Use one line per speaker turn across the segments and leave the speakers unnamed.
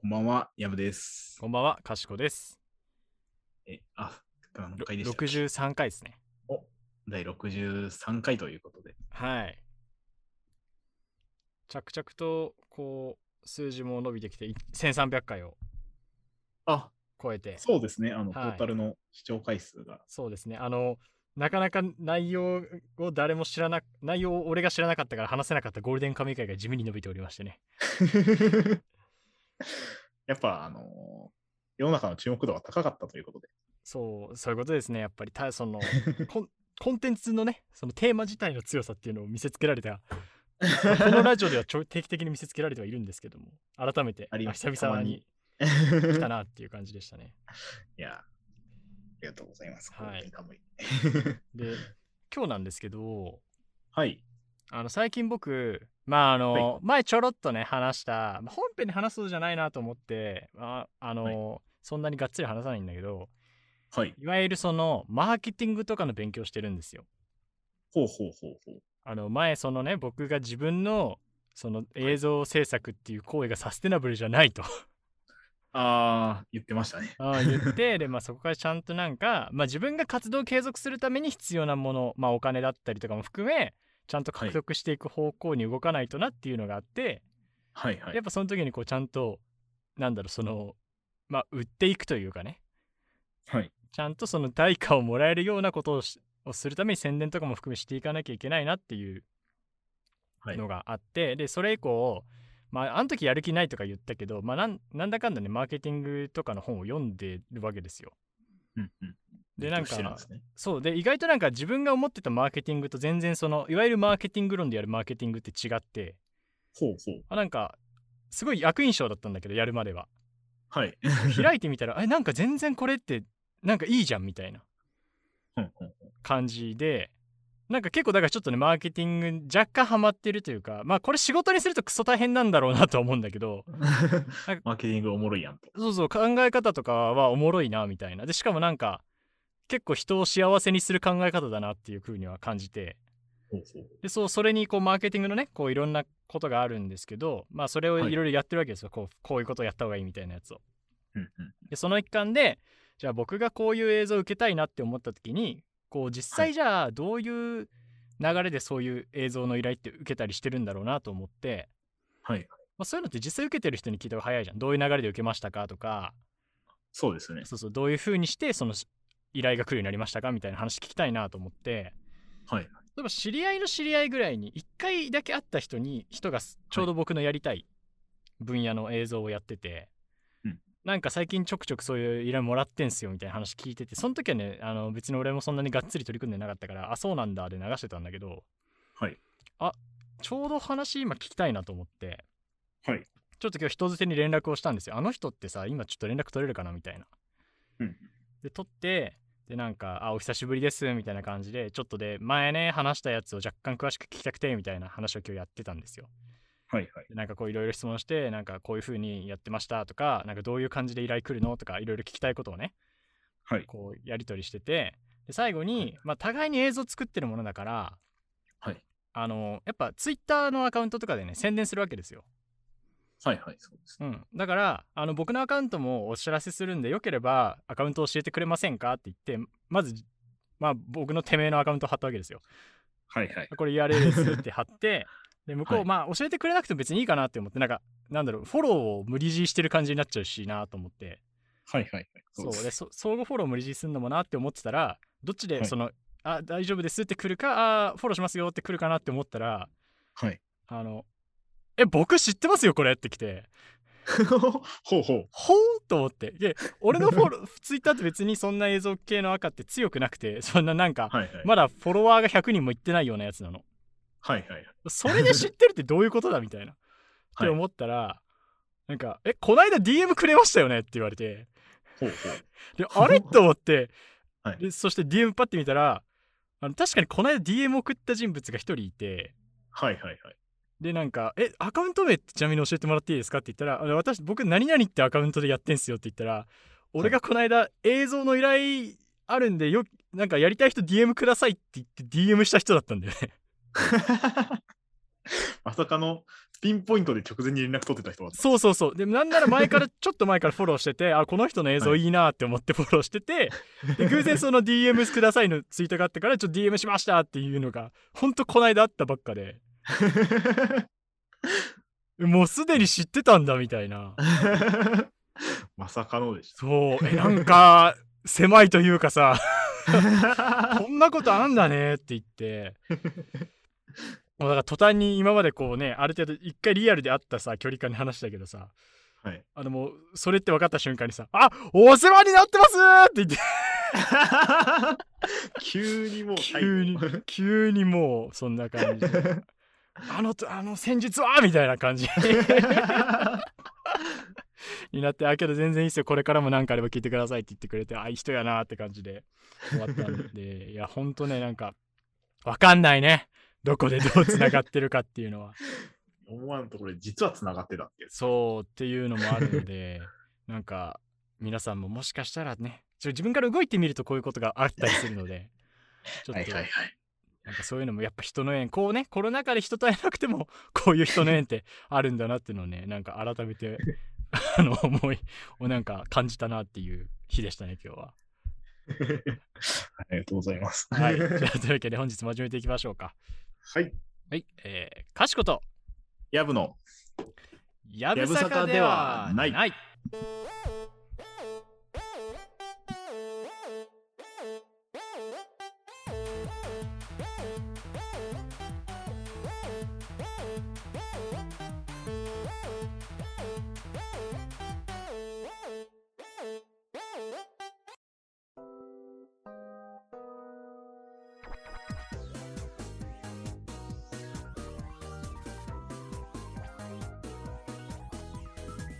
こんばんは、ヤブです。
こんばんは、かしこです。
え、あ、何
ろ
回でしたっけ
63回ですね。
第63回ということで。
はい。着々と、こう、数字も伸びてきて、い1300回を
あ、
超えて、
そうですね。あの、
はい
トータルの視聴回数 が。
そうですね。あの、なかなか内容を誰も知らな、内容を俺が知らなかったから話せなかったゴールデンカムイ会が地味に伸びておりましてね。
やっぱ、あのー世の中の注目度が高かったということで。
そう、そういうことですね。やっぱり、たそのコン、コンテンツのね、そのテーマ自体の強さっていうのを見せつけられた、このラジオではちょ定期的に見せつけられてはいるんですけども、改めて、
あり
あ
ました
久々に来たなっていう感じでしたね。
いや、ありがとうございます。
は
ゴール
い
デンカムイ
で、今日なんですけど、
はい。
あの最近僕、まああの、
は
前ちょろっとね、話した、まあ本編で話すことじゃないなと思って、ああの、そんなにがっつり話さないんだけど、
はい。
いわゆるその、マーケティングとかの勉強してるんですよ。
ほうほうほうほう。
あの、前そのね、僕が自分の、その映像制作っていう行為がサステナブルじゃないと
あー、言ってましたね。
あー言ってで、まあ、そこからちゃんとなんか、まあ、自分が活動を継続するために必要なもの、まあ、お金だったりとかも含めちゃんと獲得していく方向に動かないとなっていうのがあって、
はいはい
やっ。ぱその時にこうちゃんとなんだろうそのまあ売っていくというかね
はい。
ちゃんとその対価をもらえるようなことをしをするために宣伝とかも含めしていかなきゃいけないなっていう
はい
のがあって、でそれ以降まああの時やる気ないとか言ったけど、まあ、なんなんだかんだねマーケティングとかの本を読んでるわけですよ。
うんうん。
でなんか
勉強してるですね
そうで意外となんか自分が思ってたマーケティングと全然そのいわゆるマーケティング論でやるマーケティングって違って
ほうほう。
あなんかすごい悪印象だったんだけどやるまで は
はい。
開いてみたらえなんか全然これってなんかいいじゃんみたいな
うんうん
感じでなんか結構だからちょっとねマーケティング若干ハマってるというかまあこれ仕事にするとクソ大変なんだろうなとは思うんだけど
マーケティングおもろいやんと。
そうそう考え方とかはおもろいなみたいなでしかもなんか結構人を幸せにする考え方だなっていう風には感じて
ほうほう
でそうそれにこうマーケティングのねこういろんなことがあるんですけど、まあ、それをい
は
ろ
い
いろやってるわけですよ、こうこういうことをやった方がいいみたいなやつを。
うんうん
でその一環でじゃあ僕がこういう映像を受けたいなって思った時にこう実
は
際じゃあどういう流れでそういう映像の依頼って受けたりしてるんだろうなと思って、
はい。
まあ、そういうのって実際受けてる人に聞いた方が早いじゃんどういう流れで受けましたかとか
そうですね。
そうそうどういう風にしてその依頼が来るようになりましたかみたいな話聞きたいなと思って。
はい。
例えば知り合いの知り合いぐらいに1回だけ会った人に人がすちょうど僕のやりたい分野の映像をやってて、
うん
なんか最近ちょくちょくそういう依頼もらってんすよみたいな話聞いててその時はねあの別に俺もそんなにがっつり取り組んでなかったからあそうなんだで流してたんだけど
はい。
ちょうど話今聞きたいなと思って
はい。
ちょっと今日人づてに連絡をしたんですよあの人ってさ今ちょっと連絡取れるかなみたいな、
うん
で取ってでなんか「あお久しぶりです」みたいな感じでちょっとで前ね話したやつを若干詳しく聞きたくてみたいな話を今日やってたんですよ
はい。はい。
でなんかこういろいろ質問してなんかこういう風にやってましたとかなんかどういう感じで依頼来るのとかいろいろ聞きたいことをね
はい。
こうやり取りしててで最後に、
はい
まあ、互いに映像作ってるものだから、
はい
あのやっぱツイッターのアカウントとかでね宣伝するわけですよ
はい。はい。そうです
う
ね。
ん、だからあの僕のアカウントもお知らせするんでよければアカウントを教えてくれませんかって言ってまず、まあ、僕のてめえのアカウントを貼ったわけですよ。
はい。はい。
これ URL ですって貼 ってで向こう、
はい
まあ教えてくれなくても別にいいかなって思ってなんかなんだろうフォローを無理強いしてる感じになっちゃうしなと思って
はい。はい。はい。
そうでそ相互フォロー無理強いするのもなって思ってたらどっち
は
で
い
その、あ大丈夫ですって来るかあフォローしますよって来るかなって思ったら
はい。
あのえ僕知ってますよこれって来て。
ほうほう。
ほーと思ってで俺のフォロー ツイッターって別にそんな映像系の赤って強くなくてそんななんか
はい。はい。
まだフォロワーが100人もいってないようなやつなの
はい。はい。
それで知ってるってどういうことだみたいなっ
はい
て思ったら、なんか「えこないだ DM くれましたよね」って言われて
ほうほう。
であれと思って、
はい
でそして DM パッて見たらあの確かにこないだ DM 送った人物が1人いて
はい。はい。はい。
でなんか「えアカウント名ってちなみに教えてもらっていいですか?」って言ったらあの「私僕何々ってアカウントでやってんすよ」って言ったら「俺がこの間映像の依頼あるんでよなんかやりたい人 DM ください」って言って DM した人だったんだよね。
まさかのピンポイントで直前に連絡取ってた 人だった。
そうそうそうでなんなら前からちょっと前からフォローしててあこの人の映像いいなって思ってフォローしてて、で偶然その DM くださいのツイートがあったからちょっと DM しましたっていうのがほんとこないだあったばっかでもうすでに知ってたんだみたいな
まさかので し
そうえなんか狭いという かさ
た。
こんなことあんだねって言って。もうだから途端に今までこうねある程度一回リアルであったさ距離感で話したけどさ
はい。
あのもうそれって分かった瞬間にさ「あお世話になってます!」って言って
急にもう態度
急 に急にもうそんな感じであのとあの戦術はみたいな 感じになってあけど全然いいっすよこれからも何かあれば聞いてくださいって言ってくれてあいい人やなって感じで終わったんでいやほんとねなんか分かんないねどこでどうつながってるかっていうのは
思わんところで実はつながってたっていう。
そうっていうのもあるのでなんか皆さんももしかしたらねちょ自分から動いてみるとこういうことがあったりするのでちょっと、
はいはいはい。
なんかそういうのもやっぱ人の縁こうねコロナ禍で人と会えなくても こういう人の縁ってあるんだなっていうのをねなんか改めて あの思いをなんか感じたなっていう日でしたね今日は。
ありがとうございます。
はい、じゃ
は
あというわけで本日も始めていきましょうか。
い。
はい、えー、かしこと
ヤブの
やぶ
ぶ
さ
さ
か
か
で
で
は
は
な
ないい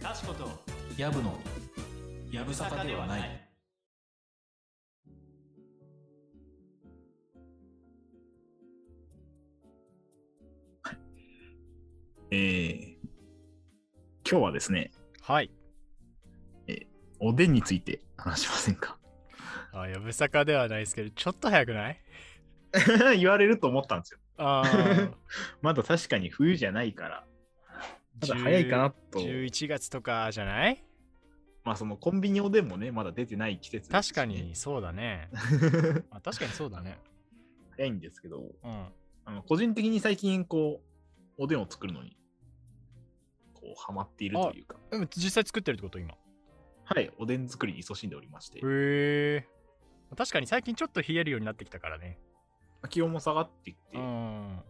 かしことやぶのやぶさかではない
えー今日はですね、
はい
おでんについて話しませんか
あやぶさかではないですけどちょっと早くない
言われると思ったんですよ。
あー
まだ確かに冬じゃないから、 まだ早いかなと。
11月とかじゃない
まあそのコンビニおでんもね、まだ出てない季節です
確
し
かにそうだね。あ確かにそうだね。
早いんですけど、
うん。
あの個人的に最近こう、おでんを作るのに、こう、ハマっているというか、
でも実際作ってるってこと今。
はい、おでん作りに勤しんでおりまして、
へえ。確かに最近ちょっと冷えるようになってきたからね。
気温も下がってきて、
うん。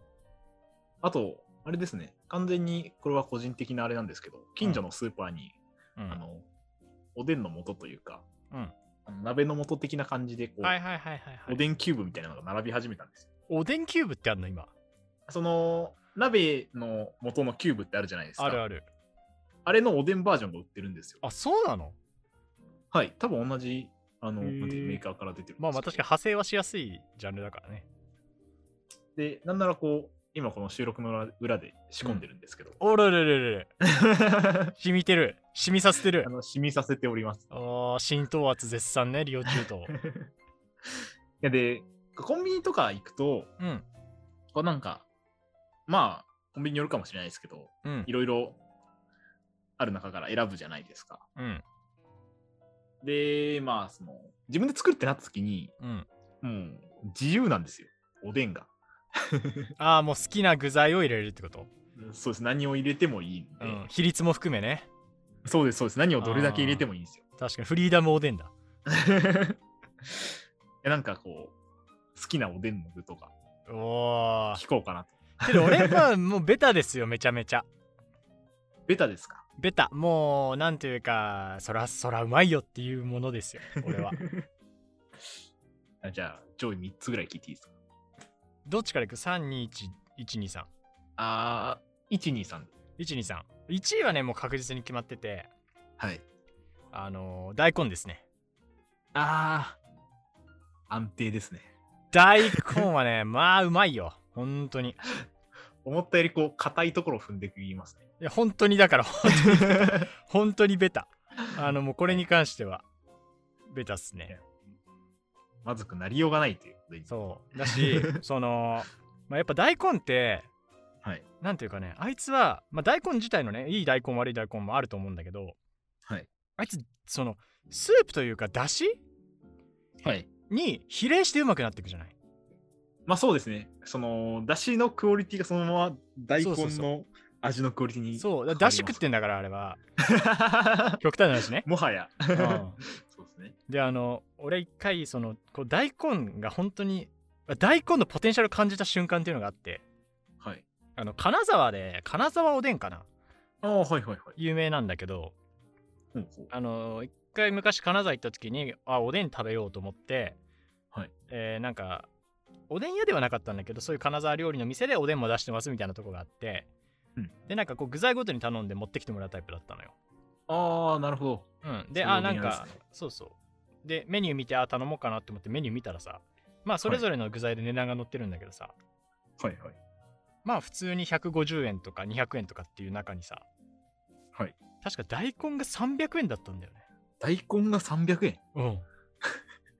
あと、あれですね、完全にこれは個人的なあれなんですけど、近所のスーパーに、
うん
あの、おでんの素というか、
うん
あの鍋の素的な感じでこう、
はいはいはいはい、はい。
おでんキューブみたいなのが並び始めたんですよ。
おでんキューブってあるの今。
その、鍋の素のキューブってあるじゃないですか。
あるある。
あれのおでんバージョンが売ってるんですよ。
あそうなの
はい、多分同じ、あの、
へー
なんていうのメーカーから出てるんですけど
まあまあ確かに派生はしやすいジャンルだからね。
で、なんならこう、今この収録の裏で仕込んでるん ですけど、
おれれれれ。染みてる。染みさせてる
あ。の、染みさせております。
ああ、浸透圧絶賛ね、利用中と。
いやで、コンビニとか行くと、
うん。
こうなんか、まあ、コンビニによるかもしれないですけど、
うん
い。ろいろある中から選ぶじゃないですか。
うん。
で、まあ、その、自分で作るってなった時に、
うん。
もう、自由なんですよ。おでんが。
ああ、もう好きな具材を入れるってこと、
そうです。何を入れてもいいんで、
うん。比率も含めね。
そうです、そうです。何をどれだけ入れてもいいんですよ。
確かにフリーダムおでんだ。
いやなんかこう、好きなおでんの具とか
お ー
聞こうかなと。
けど俺はもうベタですよめちゃめちゃ
ベタですか
ベタもうなんていうかそらそらうまいよっていうものですよ俺は
あじゃあ、上位3つぐらい聞いていいですか
どっちからいく ?321123
あー、1、2、3。
123 1位はねもう確実に決まってて
はい。
あのー大根ですね
あー、安定ですね。
大根はねまあうまいよ本当に
思ったよりこう、硬いところを踏んでくいますね。
いや本当にだから 本当に本当にベタあのもうこれに関してはベタっすね
まずくなりようがないということで。
そうだしその、まあ、やっぱ大根って
はい。
なんていうかねあいつは、まあ、大根自体のねいい大根悪い大根もあると思うんだけど
はい。
あいつそのスープというかだし
はい。
に比例してうまくなっていくじゃない
まあそうですね。その、だしのクオリティがそのまま大
そうそう
根
そ
の味のクオリティに。
そうだだし食ってんだからあれは
て。
極端な話ね
、もはや。
うん、
そうですね。
であの俺一回そのこう大根が本当に大根のポテンシャルを感じた瞬間っていうのがあって
はい。
あの金沢で金沢おでんかな
ああ、はいはいはい。
有名なんだけど
ほうほう
あの一回昔金沢行った時にあおでん食べようと思って、
はい
えーなんかおでん屋ではなかったんだけどそういう金沢料理の店でおでんも出してますみたいなとこがあって、
うん
でなんかこう具材ごとに頼んで持ってきてもらうタイプだったのよ、
ああ、なるほど。
うん、
そう
で
いう
あ
おで
なんん
屋
か
ですね
そうそうでメニュー見てあ頼もうかなと思ってメニュー見たらさまあそれぞれの具材で値段が載ってるんだけどさ、
はいはい。
まあ普通に150円とか200円とかっていう中にさ
はい
確か大根が300円だったんだよね
大根が300円。
うん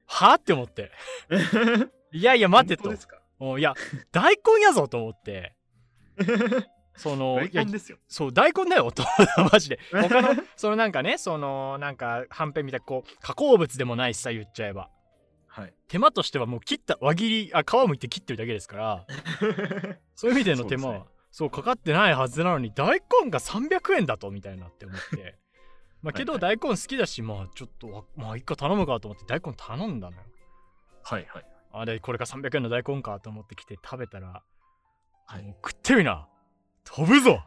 はあって思っていやいや 待て
本当
と
ですか
おいや大根やぞと思ってその
大
いや
根ですよ。
そう大根だよと マジで他のそのなんかねそのなんかはんぺんみたいなこう加工物でもないしさ言っちゃえば
はい。
手間としてはもう切った輪切りあ皮むいて切ってるだけですからそういう意味での手間は
そ
そうう,、
で
かかってないはずなのに大根が300円だとみたいなって思ってまあけど
はい
大根好きだしまあちょっとわまあ一個頼むかと思って大根頼んだのよ
はいはい。
あれこれが300円の大根かと思ってきて食べたら、
はい
もう食ってみな飛ぶぞ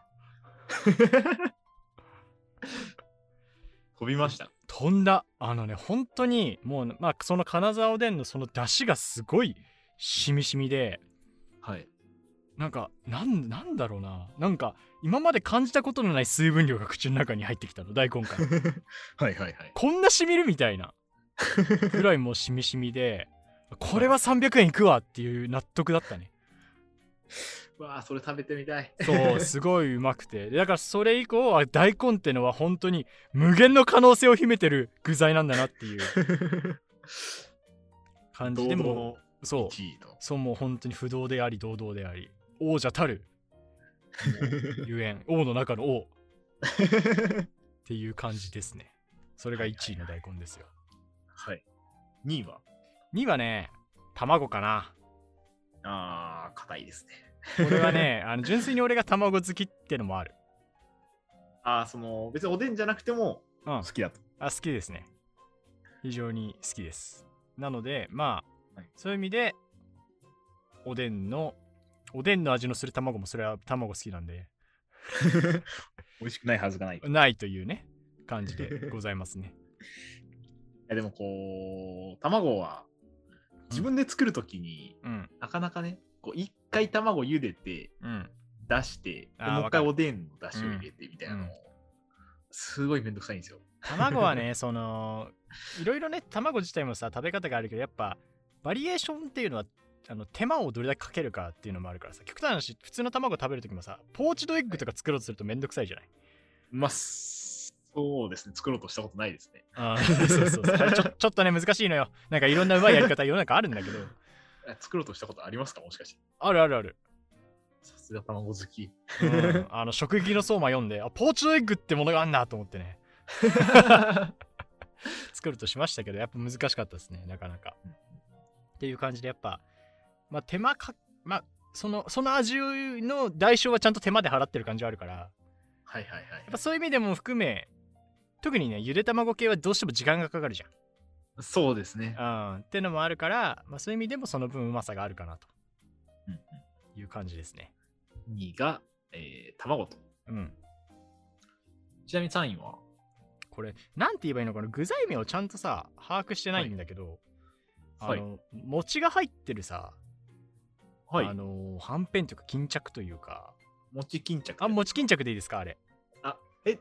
飛びました。
飛んだあのね本当にもうまあその金沢おでんのその出汁がすごいしみしみで
はい。
なんかなんなんだろうななんか今まで感じたことのない水分量が口の中に入ってきたの大根から
はいはいはい。
こんなしみるみたいなぐらいもうしみしみでこれは300円いくわっていう納得だったね
わあ、それ食べてみたい。
そうすごいうまくてでだからそれ以降は大根ってのは本当に無限の可能性を秘めてる具材なんだなっていう 感じ
堂
で
々
も
の
うそう
1位と。
そうもう本当に不動であり堂々であり王者たる ゆえん王の中の王っていう感じですねそれが1位の大根ですよ
はい。2位は
2はね卵かな
ああ、硬いですね。
これは ねあの純粋に俺が卵好きってのもある、
ああ、その、別におでんじゃなくても
うん、
好きだ と。
あ好きですね非常に好きですなのでまあ、
はい
そういう意味でおでんのおでんの味のする卵もそれは卵好きなんで
美味しくないはずがない。い
ないというね感じでございま すね
やでもこう、卵は自分で作るときに、
うん
なかなかね、こう、一回卵茹でて、
うん
出して、
あー
もう一
わか
回
る
おでんの出汁を入れてみたいなのを、
うん
すごいめんどくさいんですよ。
卵はね そのいろいろね卵自体もさ食べ方があるけどやっぱバリエーションっていうのはあの手間をどれだけかけるかっていうのもあるからさ極端な話普通の卵食べるときもさポーチドエッグとか作ろうとするとめんどくさいじゃない
まあ、そうですね。作ろうとしたことないですね。
あーそうそうそう あれちょちょっとね難しいのよなんかいろんなうまいやり方世の中あるんだけど
あ作ろうとしたことありますかもしかして。
あるあるある、
さすが卵好き。
うんあの食撃の相馬読んであポーチドエッグってものがあんなと思っ てね作るとしましたけどやっぱ難しかったですねなかなか
うん
っていう感じでやっぱ、まあ、手間かまあそのその味の代償はちゃんと手間で払ってる感じはあるからや
はいはいはい。
っぱそういう意味でも含め特にねゆで卵系はどうしても時間がかかるじ
そうですね。
ゃん、うん、ってのもあるから、まあ、そういう意味でもその分うまさがあるかなと
うん
いう感じですね
うん2位が、えー卵と。
うん
ちなみに3位は、
これなんて言えばいいのかな具材名をちゃんとさ把握してないんだけど、
はい
あの餅が入ってるさ、
はい
あ。のはんぺんというか巾着というか
餅巾着。
あ餅巾着でいいですかあれ
え、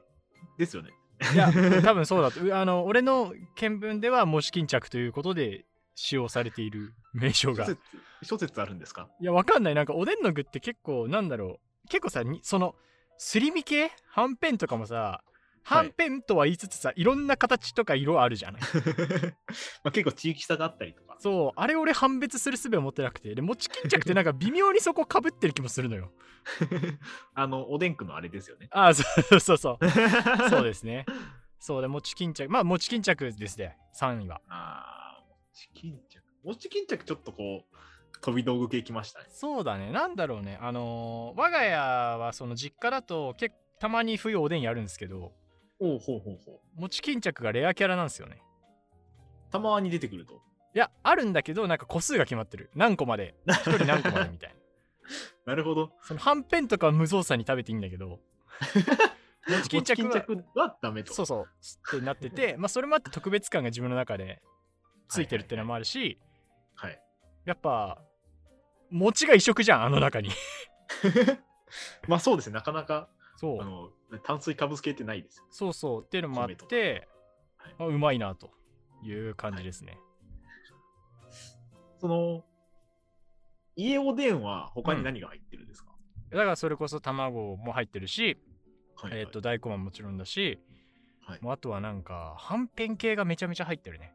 ですよね。
いや多分そうだとうあの俺の見聞では餅巾着ということで使用されている名称
諸
が
説、諸説あるんですか
いやわかんないなんかおでんの具って結構なんだろう結構さにそのすり身系はんぺんとかもさはんぺんとは言いつつさいろんな形とか色あるじゃない
まあ結構地域差があったりとか。
そうあれ俺判別する術を持ってなくてで餅巾着ってなんか微妙にそこかぶってる気もするのよ
あの、おでんくのあれですよね。
ああそう そうそうそう
す。
です ねそうで餅巾着まあ餅巾着ですね3位は
ああ、餅巾着。餅巾着ちょっとこう、飛び道具系きましたね。
そうだねなんだろうねあのー我が家はその実家だと結構たまに冬おでんやるんですけど
おうほうほうほう。
餅巾着がレアキャラなんですよね
たまに出てくると。
いやあるんだけどなんか個数が決まってる何個まで1人何個までみたいな
な るほど。
そのはんぺんとかは無造作に食べていいんだ けど餅巾
餅
着
巾
は
着はダメと。
そうそうってなってて、まあ、それもあって特別感が自分の中でついてるっていうのもあるし、
はい。
やっぱ餅が異色じゃんあの 中に
まあそうですね、なかなか、
そ
あ
う
の、炭水化物系ってないですよ。
そうそうっていうのもあっ
米
て、
はい
まあうまいなという感じですね、
その、家おでんは他に何が入ってるんですか、
だからそれこそ卵も入ってるし、
はいはい
えっと大根はもちろんだし、
はい
もうあとはなんかはんぺん系がめちゃめちゃ入ってるね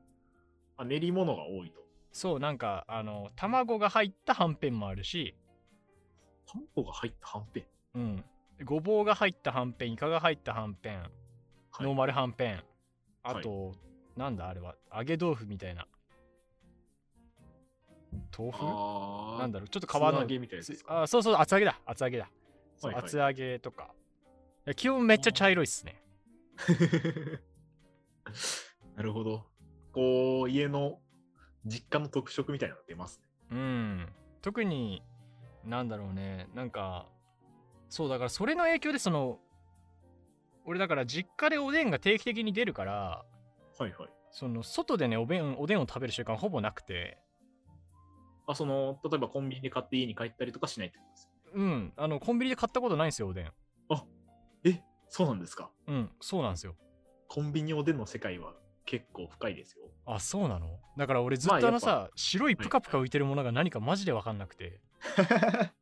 あ練り物が多いと。
そうなんかあの卵が入ったはんぺんもあるし、
パン粉が入ったはんぺん。
うん、ごぼうが入ったはんぺんイカが入ったはんぺん、
い
ノーマルはんぺんあと、なんだあれは揚げ豆腐みたいな豆腐
あ
なんだろうちょっと皮
素
の
揚げみたいなやつですか
あそうそう厚揚げだ厚揚げだ、そ
は
う
いはい
厚揚げとかいや基本めっちゃ茶色いっすね
なるほど。こう、家の実家の特色みたいなのが出ますね。
うん特になんだろうねなんかそうだからそれの影響でその俺だから実家でおでんが定期的に出るから
はいはい。
その外でねおべんおでんを食べる習慣ほぼなくて
あ、その、例えばコンビニで買って家に帰ったりとかしないってことです。
うんあのコンビニで買ったことないんですよおでん
え、そうなんですか。
うんそうなんですよ
コンビニおでんの世界は結構深いですよ。
あそうなのだから俺ずっ
まあ
と
や
あ
っぱ
のさ、白いプカプカ浮いてるものが何かマジで分かんなくて、
は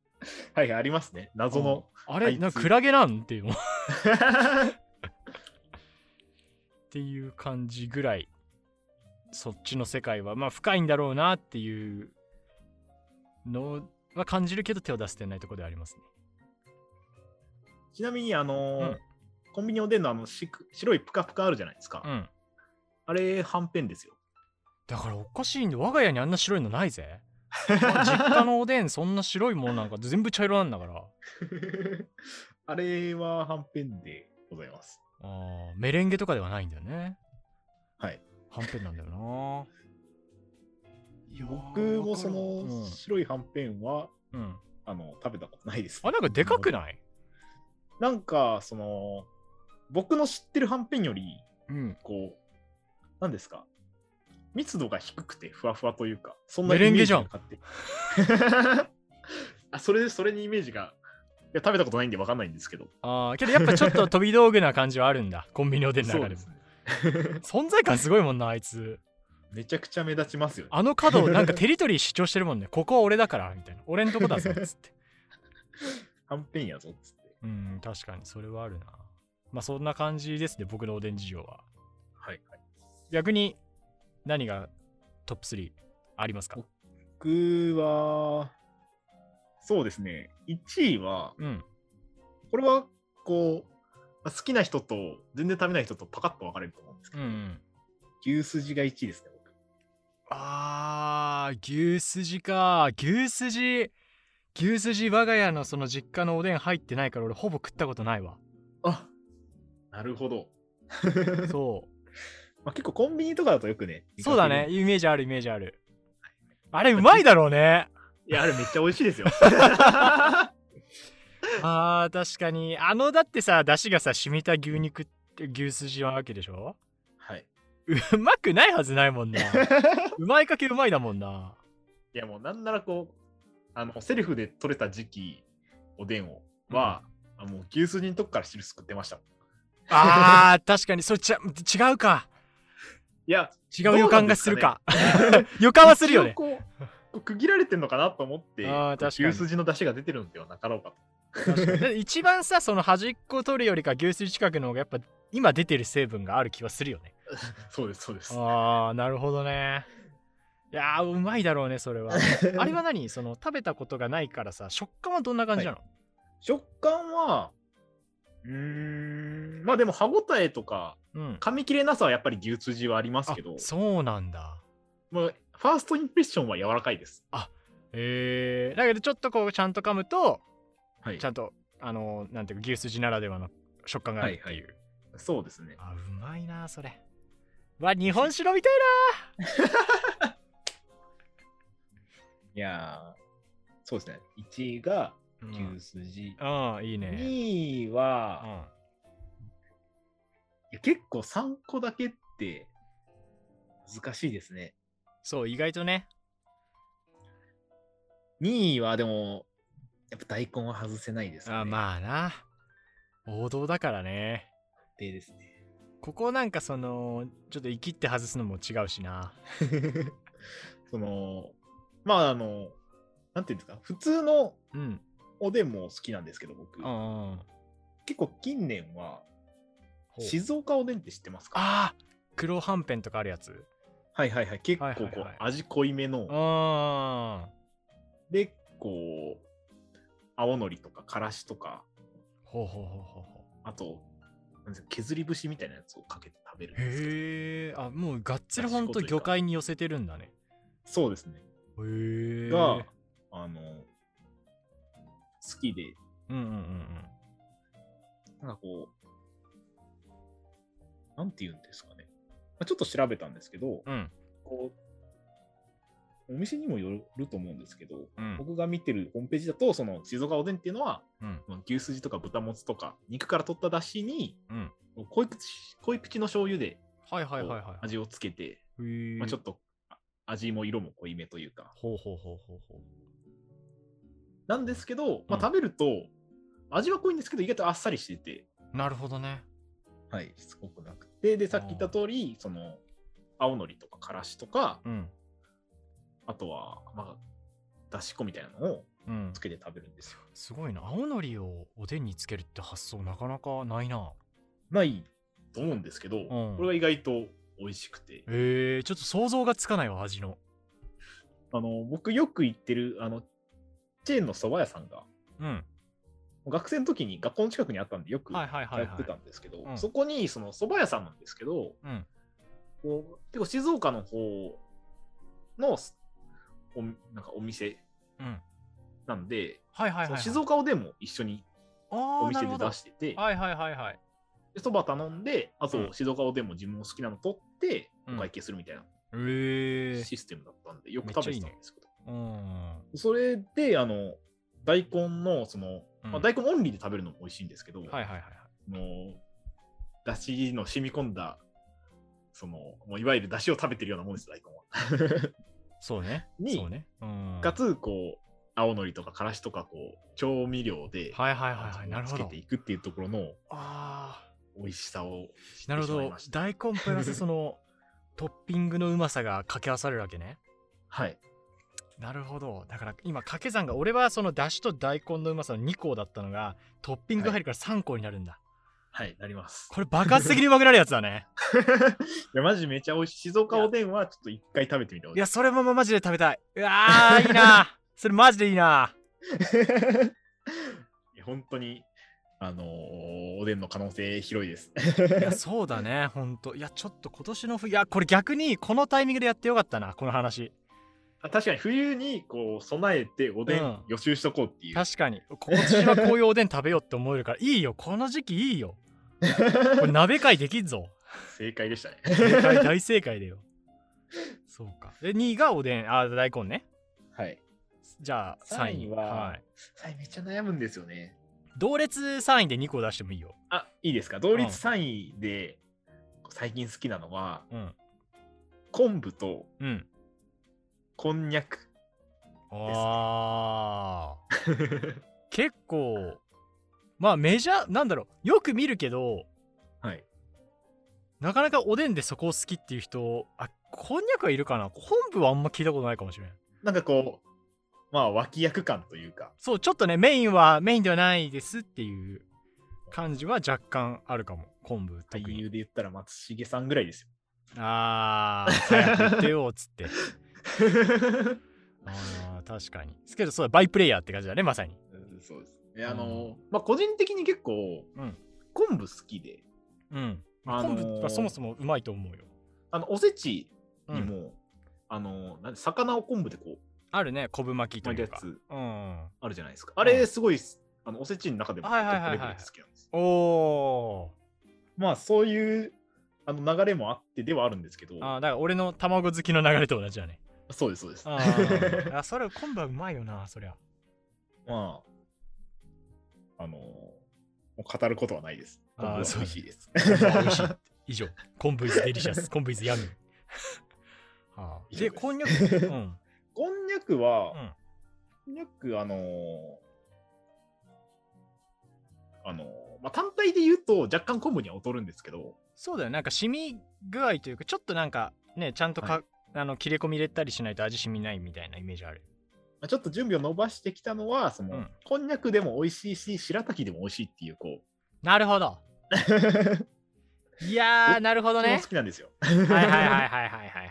いはい、ありますね。謎の。
うんあ
あ
れ
いつ
なんかクラゲなんっていうの っていう感じぐらいそっちの世界はまあ深いんだろうなっていうのは感じるけど手を出せてないところではありますね
ちなみに、あのー
うん
コンビニおでんのあのしく白いプカプカあるじゃないですか。
うん
あれ、はんぺんですよ。
だからおかしいんで我が家にあんな白いのない ぜまあ実家のおでんそんな白いもんなんか全部茶色なんだから
あれははんぺんでございます。
あーメレンゲとかではないんだよね
はい。
はんぺんなん だよな
僕もそ
うん
の白いはんぺんは、
うん、
あの食べたことないです、
あなんかでかくない、
なんかその僕の知ってるはんぺんより
うん、
こう何ですか密度が低くてふわふわというかそん
メレンゲじゃん
勝手 あそれそれにイメージがいや食べたことないんで分かんないんですけど
あーけどやっぱちょっと飛び道具な感じはある んだコンビニおでんの中でも
そうですね
存在感すごいもんなあいつ
めちゃくちゃ目立ちますよね
あの角なんかテリトリー主張してるもんねここは俺だからみたいな俺んとこだぞっつって
はんぺんやぞっつって
うん確かにそれはあるなまあそんな感じですね僕のおでん事情は
はい、はい、
逆に何がトップ3ありますか
僕はそうですね1位は
うん
これはこうまあ好きな人と全然食べない人とパカッと分かれると思うんですけ
うん
ど、
うん
牛すじが1位ですね僕
あー牛すじか牛すじ牛すじ我が家のその実家のおでん入ってないから俺ほぼ食ったこと ないわ
あなるほど、
そ
まあ、結構コンビニとかだとよくね
うそうだねイメージあるイメージあるあれうまいだろうね
いやあれめっちゃ美味しい ですよ
あー確かにあのだってさ出汁がさ染みた牛肉って牛すじはわけでしょ
はいう
まくないはずないもん なうまいかけうまいだもんない
やもうなんならこうあのセルフで取れた時期おでんをは、あもう牛すじのとこから汁すくってましたもん
あー確かにそれちゃ違うか
い や
違う予感がするか予感はするよね
一応こうこう区切られてんのかなと思って
あー確かに
牛すじの出汁が出てるんではなかろうかと
だって一番さその端っこ取るよりか牛すじ近くの方がやっぱ今出てる成分がある気はするよね。
そうです、そうです。
ああ、なるほどね。いやー、うまいだろうね、それは。あ れは何その食べたことがないからさ、食感はどんな感じなの、
食感は、うーん、まあでも歯ごたえとか、
うん。
噛み切れなさはやっぱり牛すじはあります
あ
けど、
そうなんだ。
まあ、ファーストインプレッションは柔らかいです。
えー、だけどちょっとこうちゃんと噛むと、
はい
ちゃんと、あのーなんていうか、牛すじならではの食感があるっていう。
そうですね。
あ、うまいな、それ。わ、日本酒飲みたい
いやーそうですね。1が
な、
牛すじ、
うん、いいね。
2位
う
は、
ん。
いや結構3個だけって難しいですね。
そう、意外とね。
2位はでも、やっぱ大根は外せないですね。
あまあな。王道だからね。
定ですね。
ここなんかその、ちょっと生きって外すのも違うしな。
その、まああの、なんていうんですか、普通の
うん。
おでんも好きなんですけど、僕。
うんうん。
結構近年は、
ほう
静岡おでんって知ってますか
ああ黒はんぺんとかあるやつ。
はいはいはい。結構こう、
はいはいはい
味濃いめの。
うん。ほ
で、こう、青のりとかからしとか、
うほうほうほうほ
あと、なんですか削り節みたいなやつをかけて食べるん
う。
ですけど、
へえ。あ、もうがっつり
だし
ほ
粉
んと
というか
魚介に寄せてるんだね。
そうですね。
へえ。
が、あの、好きで、
うんうんうんうん。
なんかこう、なんて言うんですかね。まあ、ちょっと調べたんですけど、
うん。
こう、お店にもよると思うんですけど、
うん。
僕が見てるホームページだと、その静岡おでんっていうのは、
うん。
まあ牛すじとか豚もつとか、肉から取っただしに、
うん
濃い口濃い口の醤油で
はいはいはい
こう
は
味をつけて、
い。へえ。
まあ、ちょっとあ味も色も濃いめというか、
ほうほうほうほうほう。
なんですけど、まあ、
うん
食べると、味は濃いんですけど、意外とあっさりしてて、
なるほどね。
はい、しつこくなくて、で、さっき言った通り、その、青のりとかからしとか、
うん。
あとは、まあ、だし粉みたいなのを
うん
つ。けて食べるんですよ。
すごいな。青のりをおでんにつけるって発想なかなかないな。
ないと思うんですけど、
ん
これが意外と美味しくて、
えー、ちょっと想像がつかないわ、味の。
あの、僕よく行ってる、あの、チェーンの蕎麦屋さんが、
うん。
学生の時に学校の近くにあったんで、よく通
はいはいはい
っ
はい
て。たんですけど、
うん
そこに、その蕎麦屋さんなんですけど、
うん。
こう結構静岡の方のすおなんかお店
うん。
なんで、
はいはいはい、
そ
は
の
い。
静岡おでんも一緒に
お
お店で出してて、
はいはいはいはい。
でそば頼んで、あ
うん
と静岡おでんも自分の好きなの取って、
うん
お会計するみたいな
えー。
システムだったんで、よく食べてたんですけど、
うん。
それで、あの、大根の、その、
うん
まあ、大根オンリーで食べるのも美味しいんですけど、
はいはいはいはい。
そのだしの染み込んだ、その、もういわゆるだしを食べてるようなもんです、大根は。
そうね。
に
そうね。うん。
かつこう青のりとかからしとかこう調味料で
はいはいはいはい。なる
味
ほ
をつけ
ど
て。いくっていうところの
あ
美味しさを知っ
ー。なる
て
ほ
しまい
ど
ま。した
大根プラスその トッピングのうまさが掛け合わされるわけね。
はい
なるほど。だから今掛け算が俺はそのだしと大根のうまさの2個だったのがトッピング入るから3個になるんだ。
はいなります
これ爆発的にうまくなるやつだね。
いやマジめちゃ美味しい静岡おでんはちょっと一回食べてみてほし
い
い
や、それもマジで食べたい。うわー、いいな。 それマジでいい な。
いや本当にあのーおでんの可能性広いです
いや、そうだね、ほんと。いや、ちょっと今年の冬、いや、これ逆にこのタイミングでやってよかったな、この話。
確かに冬にこう備えておで
うんん
予習しとこうっていう、
確かに。今年はこういうおでん食べようって思えるから、いいよ、この時期い いよ。これ鍋会できんぞ。
正解でしたね
正解大正解だよ。そうか。で、2位がおでん、あ、大根ね。
はい
じゃあ、3
3
位。
位は、
はい。
はい、めっちゃ悩むんですよね
同列3位で2個出してもいいよ。
あいいですか同率
うん
3位で最近好きなのは
うん。
昆布と
うん。
こんにゃく
ああ。結構まあメジャーなんだろうよく見るけど
はい
なかなかおでんでそこを好きっていう人あこんにゃくはいるかな昆布はあんま聞いたことないかもしれん
なんかこうまあ脇役感というか
そうちょっとねメインはメインではないですっていう感じは若干あるかも昆布特
俳
に
優で言ったら松重さんぐらいですよ。
ああ早く言ってよっつって あー確かにですけどそうバイプレイヤーって感じだねまさに
うんそうです。えあの、まあ、個人的に結構、
うん
昆布好きで、
うん
あの
昆布はそもそもうまいと思うよ、
あのおせち
うん
にも、あのなんで魚を昆布でこう
あるね昆布巻きと
巻い
い
たや
うか
つ
うん
あるじゃないですか。あれすごいっす、あのおせちの中でも
はいはいはいはい
結構レベル好きなんです。
おお
まあそういうあの流れもあってではあるんですけど、
あーだから俺の卵好きの流れと同じだね
そうですそうです。
あーあそれ昆布はうまいよなそりゃ
まあ、あのもう語ることはないです。
あー
昆布は
そう
美味しいです。
昆布は美味しい以上昆布 is delicious 昆布 is yummy はあ
以上
で
です
こんにゃく うん
こんにゃくは、
うん
こんにゃく、あのーあのーまあ、単体で言うと若干昆布には劣るんですけど、
そうだよなんか染み具合というかちょっとなんかねちゃんとか、あの切れ込み入れたりしないと味染みないみたいなイメージある
まあちょっと準備を伸ばしてきたのは、その、
うん
こんにゃくでも美味しいし、白滝でも美味しいっていう、こ
なるほ ど
う、
いやーなるほど
私も
ね
好きなんですよ。
はいはいはいはいはいはいはい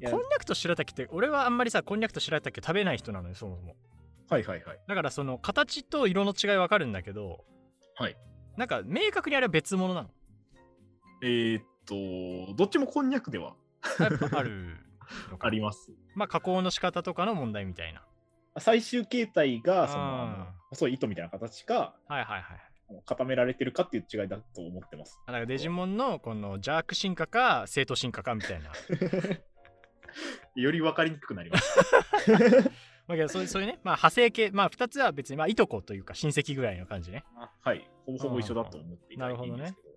いや
こんにゃくと白滝って俺はあんまりさこんにゃくと白滝を食べない人なのよそもそも
はいはいはい。
だからその形と色の違いわかるんだけど
はい
なんか明確にあれは別物なの
えーっと、どっちもこんにゃくでは
あやっぱあるのか
あります。
まあ加工の仕方とかの問題みたいな
最終形態が、その、
あー
あの細い糸みたいな形か、
はいはいはい
固められてるかっていう違いだと思ってます。
あだからデジモンのこの邪悪進化か正当進化かみたいな
より分かりにくくなります。
まあけどそういうそういうね、まあ、派生系まあ2つは別にまあいとこというか親戚ぐらいの感じね
はい、ほぼほぼ一緒だと思っていただいていいんですけど、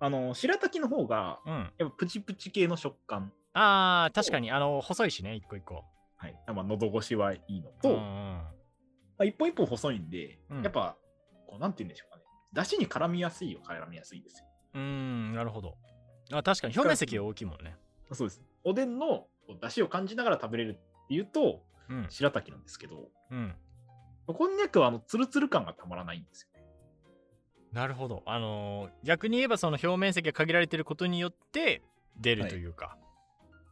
あの白滝の方が
うん
やっぱプチプチ系の食感、
あー確かにあの細いしね一個一個
はい、まあ喉越しはいいのと、
うん
ま
うん
あ、一本一本細いんで、
うん
やっぱこうなんて言うんでしょうかね、だしに絡みやすいよ、絡みやすいですよ。
うーんなるほどあ確かに表面積が大きいもんね
そうです。おでんのだしを感じながら食べれるっていうと
うん
白滝なんですけど、
うん
こんにゃくはあのツルツル感がたまらないんですよ。
なるほどあのー逆に言えばその表面積が限られてることによって出るというか、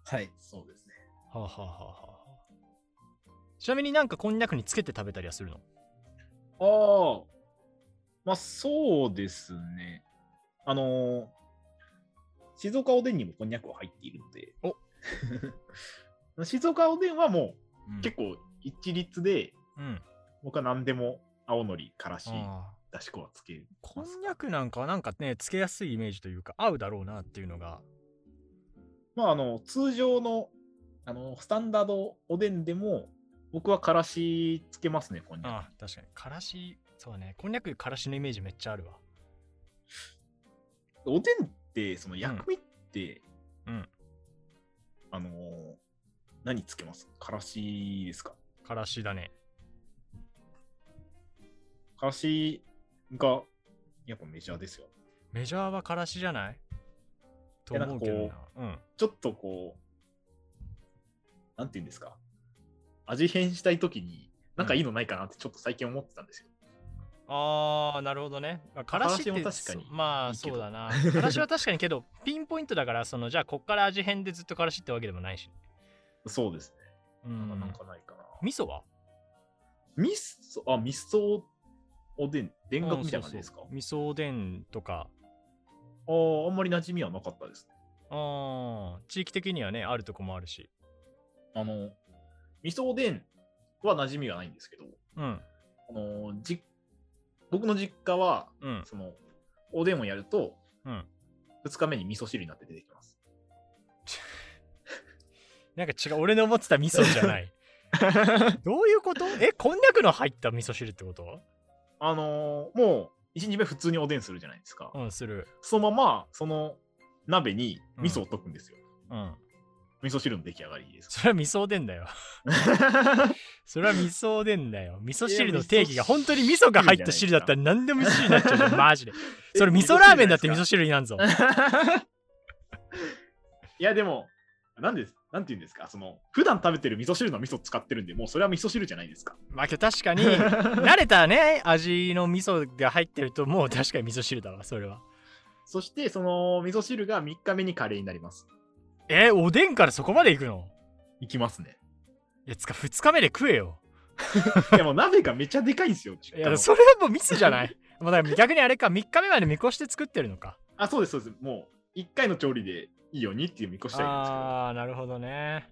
はい、そうですね。
はあはあはあはあちなみになんかこんにゃくにつけて食べたりはするの
ああ、まあそうですね。あのー静岡おでんにもこんにゃくは入っているので、 静岡おでんはもう結構一律で、
構うん
僕は何でも青のり、からし、
あー
だし粉はつける。
こんにゃくなんかはなんかねつけやすいイメージというか合うだろうなっていうのが
まああの、通常の、あの、スタンダードおでんでも、僕はからしつけますね、こんにゃ
あ確かにからしそうねこんにゃくからしのイメージめっちゃあるわ
く。おでんって、その薬味って、
うん
あのー何つけますからしですか
からしだね
からしがやっぱメジャーですよ。
メジャーはからしじゃないと
いや
思うけど
な
なん
か
うん
ちょっとこう、なんて言うんですか、味変したいときに、なんかいいのないかなってちょっと最近思ってたんですよ。
あーなるほどねまあからしって
からしも確かに
そうまあ
いいけ
そ
ど
うだなからしは確かにけどピンポイントだからそのじゃあこっから味変でずっとからしってわけでもないし
そうですね。
う
なんかなん
ん
かないかな。
味噌は
ミスあ、ミスソおでん、田楽みたいな感じですか、
うんそうそう味噌おでんとか
ああ、あんまり馴染みはなかったですね。
あー地域的にはねあるとこもあるし
あの、味噌おでんは馴染みがないんですけど、
うん
あのじ僕の実家は、
うん
その、おでんをやると、
うん
2日目に味噌汁になって出てきます。
なんか違う俺の思ってた味噌じゃ ないどういうことえこんにゃくの入った味噌汁ってこと
あのーもう1日目普通におでんするじゃないですか。
うんする
そのまま、その鍋に味噌を溶くんですよ。
うん
味噌汁の出来上がりです。
それは味噌おでんだ よそれは味噌おでんだよ味噌汁の定義が本当に味噌が入った汁だったら何でも味噌汁になっちゃう よマジでそれ味 噌ラーメンだって味噌汁になんぞ
いや、でも、なんです。なんていうんですか、その、普段食べてる味噌汁の味噌使ってるんで、もうそれは味噌汁じゃないですか。
まあけど確かに慣れたね味の味噌が入ってるともう確かに味噌汁だわそれは
そして、その味噌汁が3日目にカレーになります。
えおでんからそこまで行くの
いきますね。
いやつか2日目で食えよ
いや、もう鍋がめちゃでかいんですよ。
いやそれはもうミスじゃない もうだから逆にあれか3日目まで見越して作ってるのか
あ、そうです、そうです。もう、1回の調理でいいようにっていう見越しはいるんですけど。
あーなるほどね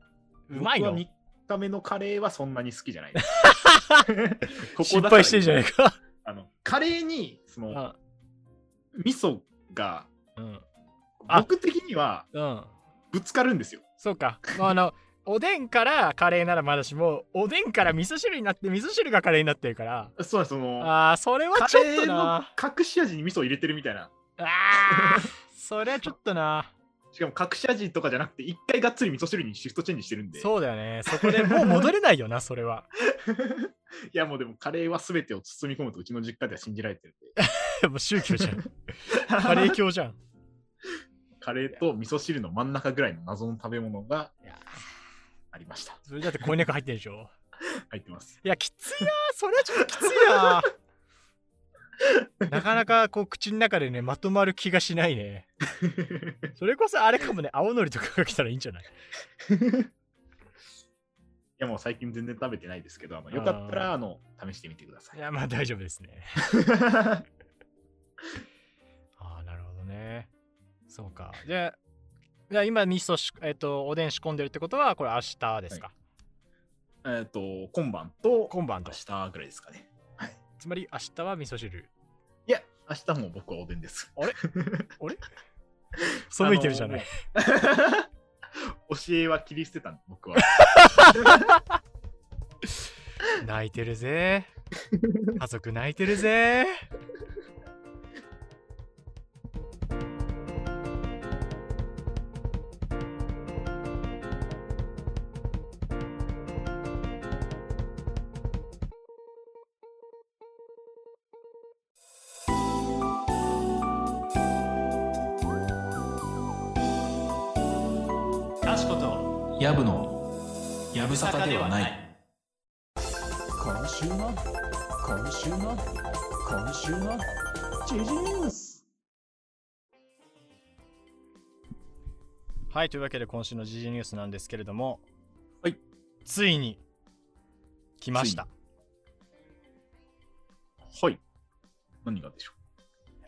うまいの
僕は3日目のカレーはそんなに好きじゃ ないです。こ
失
だから
敗してんじゃないか
あのカレーにその
あ
味噌が
うんあ
僕的には
うん
ぶつかるんですよ。
そうか、まあ、あの おでんからカレーならまだしもおでんから味噌汁になって味噌汁がカレーになってるから
そうなんですその
あーそれは
カ
ちょっ
レ
と
ーの
な
隠し味に味噌を入れてるみたいな。
あーそれはちょっとな
しかも隠し味とかじゃなくて一回がっつり味噌汁にシフトチェンジしてるんで。
そうだよねそこでもう戻れないよなそ れは
いやもうでもカレーは全てを包み込むとうちの実家では信じられてるんで。
もう宗教じゃんカ レー教じゃん
カレーと味噌汁の真ん中ぐらいの謎の食べ物が
いや
ありました。
それだってこんにゃく入ってるでしょ
入ってます。
いやきついなそれはちょっときつい ななかなかこう口の中でねまとまる気がしないねそれこそあれかもね青のりとかが来たらいいんじゃない
いやもう最近全然食べてないですけど、あのよかったらあの試してみてくださ
い
い。
やまあ大丈夫ですねああ、なるほどね。そうか。じゃあ、じゃあ今、味噌し、えっ、と、おでん仕込んでるってことは、これ明日ですか。
えっと、今晩と
今晩と
明。日ぐらいですかね。
つまり、明日は味噌汁。
いや、明日も僕はおでんです。
あれあ れ背いて るじゃない。
あのもう教えは切り捨てたの、僕 は。
泣いてる ぜ。家族泣いてるぜ。
かしことやぶのやぶさかではない
今週も今週も今週もジジース
はい、というわけで、今週の時事ニュースなんですけれども、
はい。
ついに、来ました。
はい。何がでしょ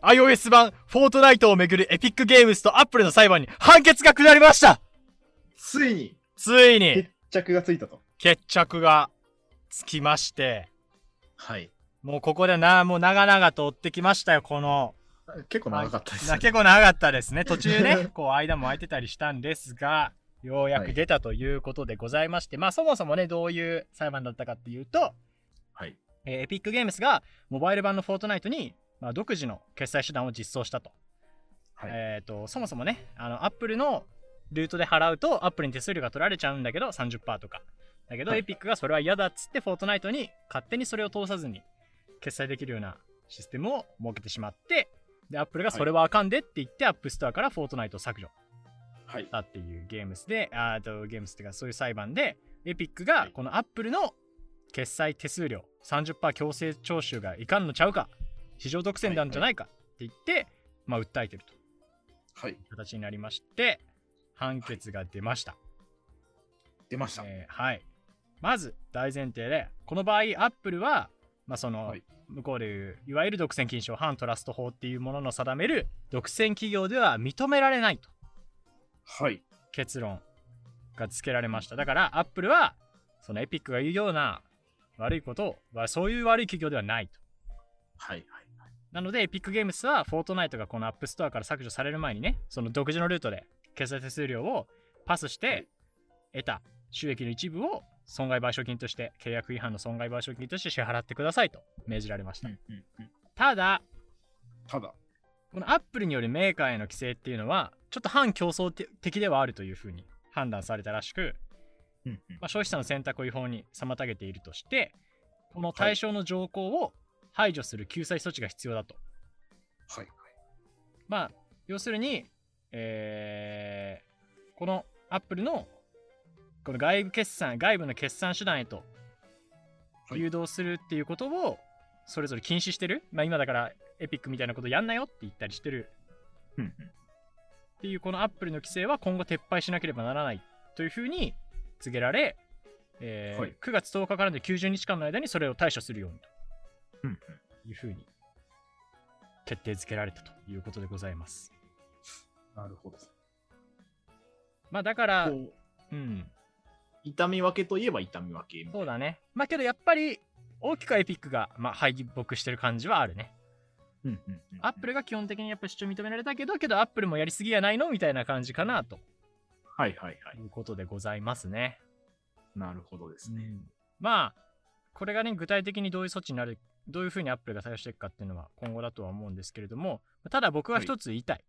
iOS 版、フォートナイトをめぐるエピックゲームズとアップルの裁判に判決が下りました
うついに
ついに
決着がついたと。
決着がつきまして
はい。
もうここでなもう長々と追ってきましたよこ の
結構長かったです、
な
ね。
結構長かったですね途 中ねこう間も空いてたりしたんですがようやく出たということでございまして、まあそもそもねどういう裁判だったかっていうと、
はい。
えーエピックゲームスがモバイル版の「フォートナイトに」まあ、独自の決済手段を実装したと,、
はい
えー、とそもそもねあのアップルのルートで払うとアップルに手数料が取られちゃうんだけど30%とかだけど、
はい
エピックがそれは嫌だっつってフォートナイトに勝手にそれを通さずに決済できるようなシステムを設けてしまってでアップルがそれはあかんでって言って、アップストアからフォートナイトを削除
はい。
だっていうゲームスで、あーとゲームスっていうかそういう裁判で、エピックがこのアップルの決済手数料30%強制徴収がいかんのちゃうか、市場独占なんじゃないかって言って、まあ訴えてるという
はい。
形になりまして、判決が出ました。
出ました。
えーはい。まず大前提で、この場合、アップルは、まあ、その、
はい
向こうでいう、いわゆる独占禁止法、反トラスト法っていうものの定める独占企業では認められないと。
はい。
結論がつけられましただからアップルはそのエピックが言うような悪いことはそういう悪い企業ではないと
はい。
なのでエピックゲームスはフォートナイトがこのアップストアから削除される前にねその独自のルートで決済手数料をパスして得た収益の一部を損害賠償金として契約違反の損害賠償金として支払ってくださいと命じられました
うんうんうん
ただ
ただ、
このアップルによるメーカーへの規制っていうのはちょっと反競争的ではあるというふうに判断されたらしく
うんうん
まあ、消費者の選択を違法に妨げているとしてこの対象の条項を排除する救済措置が必要だと、
はい。
まあ要するに、えーこのアップルのこの外部決算外部の決算手段へと
はい
誘導するっていうことをそれぞれ禁止してる、まあ今だからエピックみたいなことやんなよって言ったりしてる
うん
っていうこのアップルの規制は今後撤廃しなければならないというふうに告げられ、えー
はい
9月10日からの90日間の間にそれを対処するように
うんうん
というふうに決定づけられたということでございます。
なるほど。
まあだから、
こう
うん、
痛み分けといえば痛み分けみたい
そうだね。まあけどやっぱり大きくはエピックが、まあ、敗北してる感じはあるね。
な。うんうんうん
アップルが基本的にやっぱ主張認められたけど、けどアップルもやりすぎやないのみたいな感じかなと
はいはいはい
い。うことでございますね。
なるほどですね。
まあこれがね具体的にどういう措置になるどういうふうにアップルが対応していくかっていうのは今後だとは思うんですけれどもただ僕は一つ言いたい、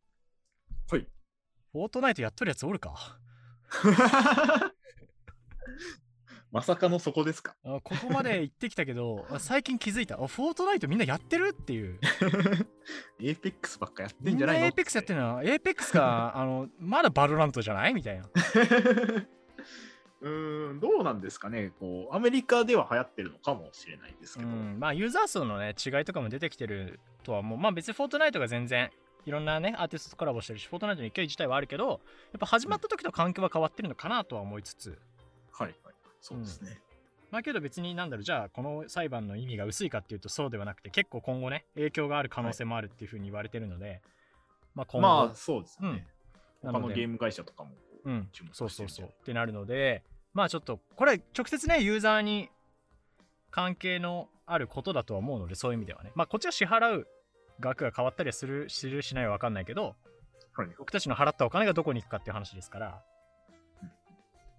はいはい
フォートナイトやっとるやつおるか
まさかのそこですか。
あここまで言ってきたけ ど最近気づいたあフォートナイトみんなやってるっていう
エーペックスばっかやって
み
ん
ん
じゃ
な
ないの
エーペックスやってるのエーペックスかあのまだバルラントじゃないみたいな
うーん、どうなんですかね。こう、アメリカでは流行ってるのかもしれないですけど。
うん、まあユーザー層のね違いとかも出てきてるとはもうまあ別にフォートナイトが全然いろんなねアーティストとコラボしてるしフォートナイトの勢い自体はあるけどやっぱ始まった時と環境は変わってるのかなとは思いつつ
はいはい。そうですね。
まあけど別になんだろうじゃあこの裁判の意味が薄いかっていうとそうではなくて結構今後ね影響がある可能性もあるっていうふうに言われてるので、まあ今後
まあ、そうですよね。
うん
他
なの
の
で
ゲーム会社とかも。
うん
注目、して
そ
る
うん
じ
そ
ゃ
う
ない
そうってなるのでまあちょっとこれ直接ねユーザーに関係のあることだとは思うのでそういう意味ではねまあこっちが支払う額が変わったりはするするしないは分かんないけど
はい
僕たちの払ったお金がどこに行くかっていう話ですから、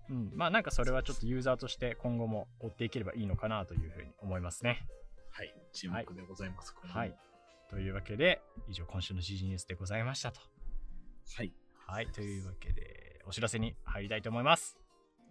うん、まあなんかそれはちょっとユーザーとして今後も追っていければいいのかなというふうに思いますね
はい。注目でございます。これも
はい。というわけで以上今週の GG ニュースでございましたと
はい。
はいというわけでお知らせに入りたいと思います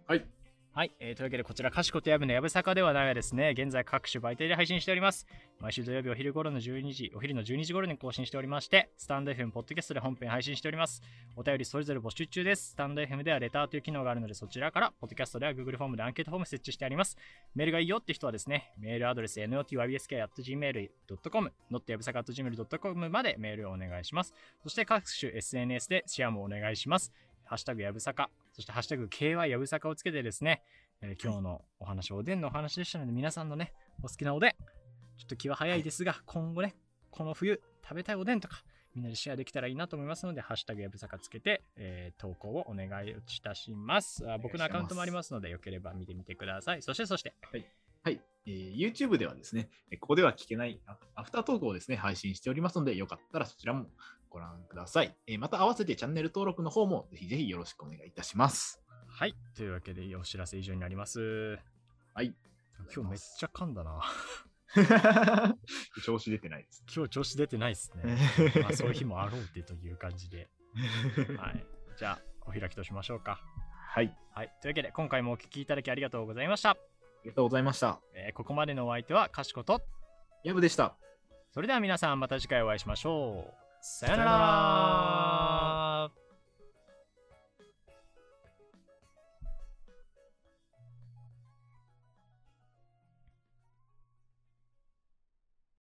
はい。
はい、えーというわけでこちら、かしことやぶのやぶさかではないですね、現在各種媒体で配信しております。毎週土曜日お昼頃の12時、お昼の12時頃に更新しておりまして、スタンド FM、ポッドキャストで本編配信しております。お便りそれぞれ募集中です。スタンド FM ではレターという機能があるので、そちらから、ポッドキャストでは Google フォームでアンケートフォーム設置してあります。メールがいいよって人はですね、メールアドレス notybsk.gmail.com、notyabusaka.gmail.com までメールをお願いします。そして各種 SNS でシェアもお願いします。ハッシュタグやぶさか、そしてハッシュタグ KY やぶさかをつけてですね、えー今日のお話、おでんのお話でしたので、皆さんのね、お好きなおでん、ちょっと気は早いですが、今後ね、この冬食べたいおでんとか、みんなでシェアできたらいいなと思いますので、ハッシュタグやぶさかつけて、えー投稿をお願いいたしますあ
お願いします
僕のアカウントもありますので、よければ見てみてください。そして、そして、
はい、えー YouTube ではですね、えーここでは聞けないあアフタートークをですね、配信しておりますので、よかったらそちらもご覧ください。えーまた合わせてチャンネル登録の方もぜひぜひよろしくお願いいたします。
はい、というわけで、お知らせ以上になります。
はい。
今日めっちゃ噛んだな。
調子出てないです。
今日調子出てないです ね。まあ、そういう日もあろうってという感 じで。はい。じゃあ、お開きとしましょうか。
はい。あ
はい。というわけで、今回もお聞きいただきありがとうございました。
りがとうございました。
えーここまでのお相手は、かしこと。
ヤブでした。
それでは皆さん、また次回お会いしましょう。さよ
さ
な
よな
ら。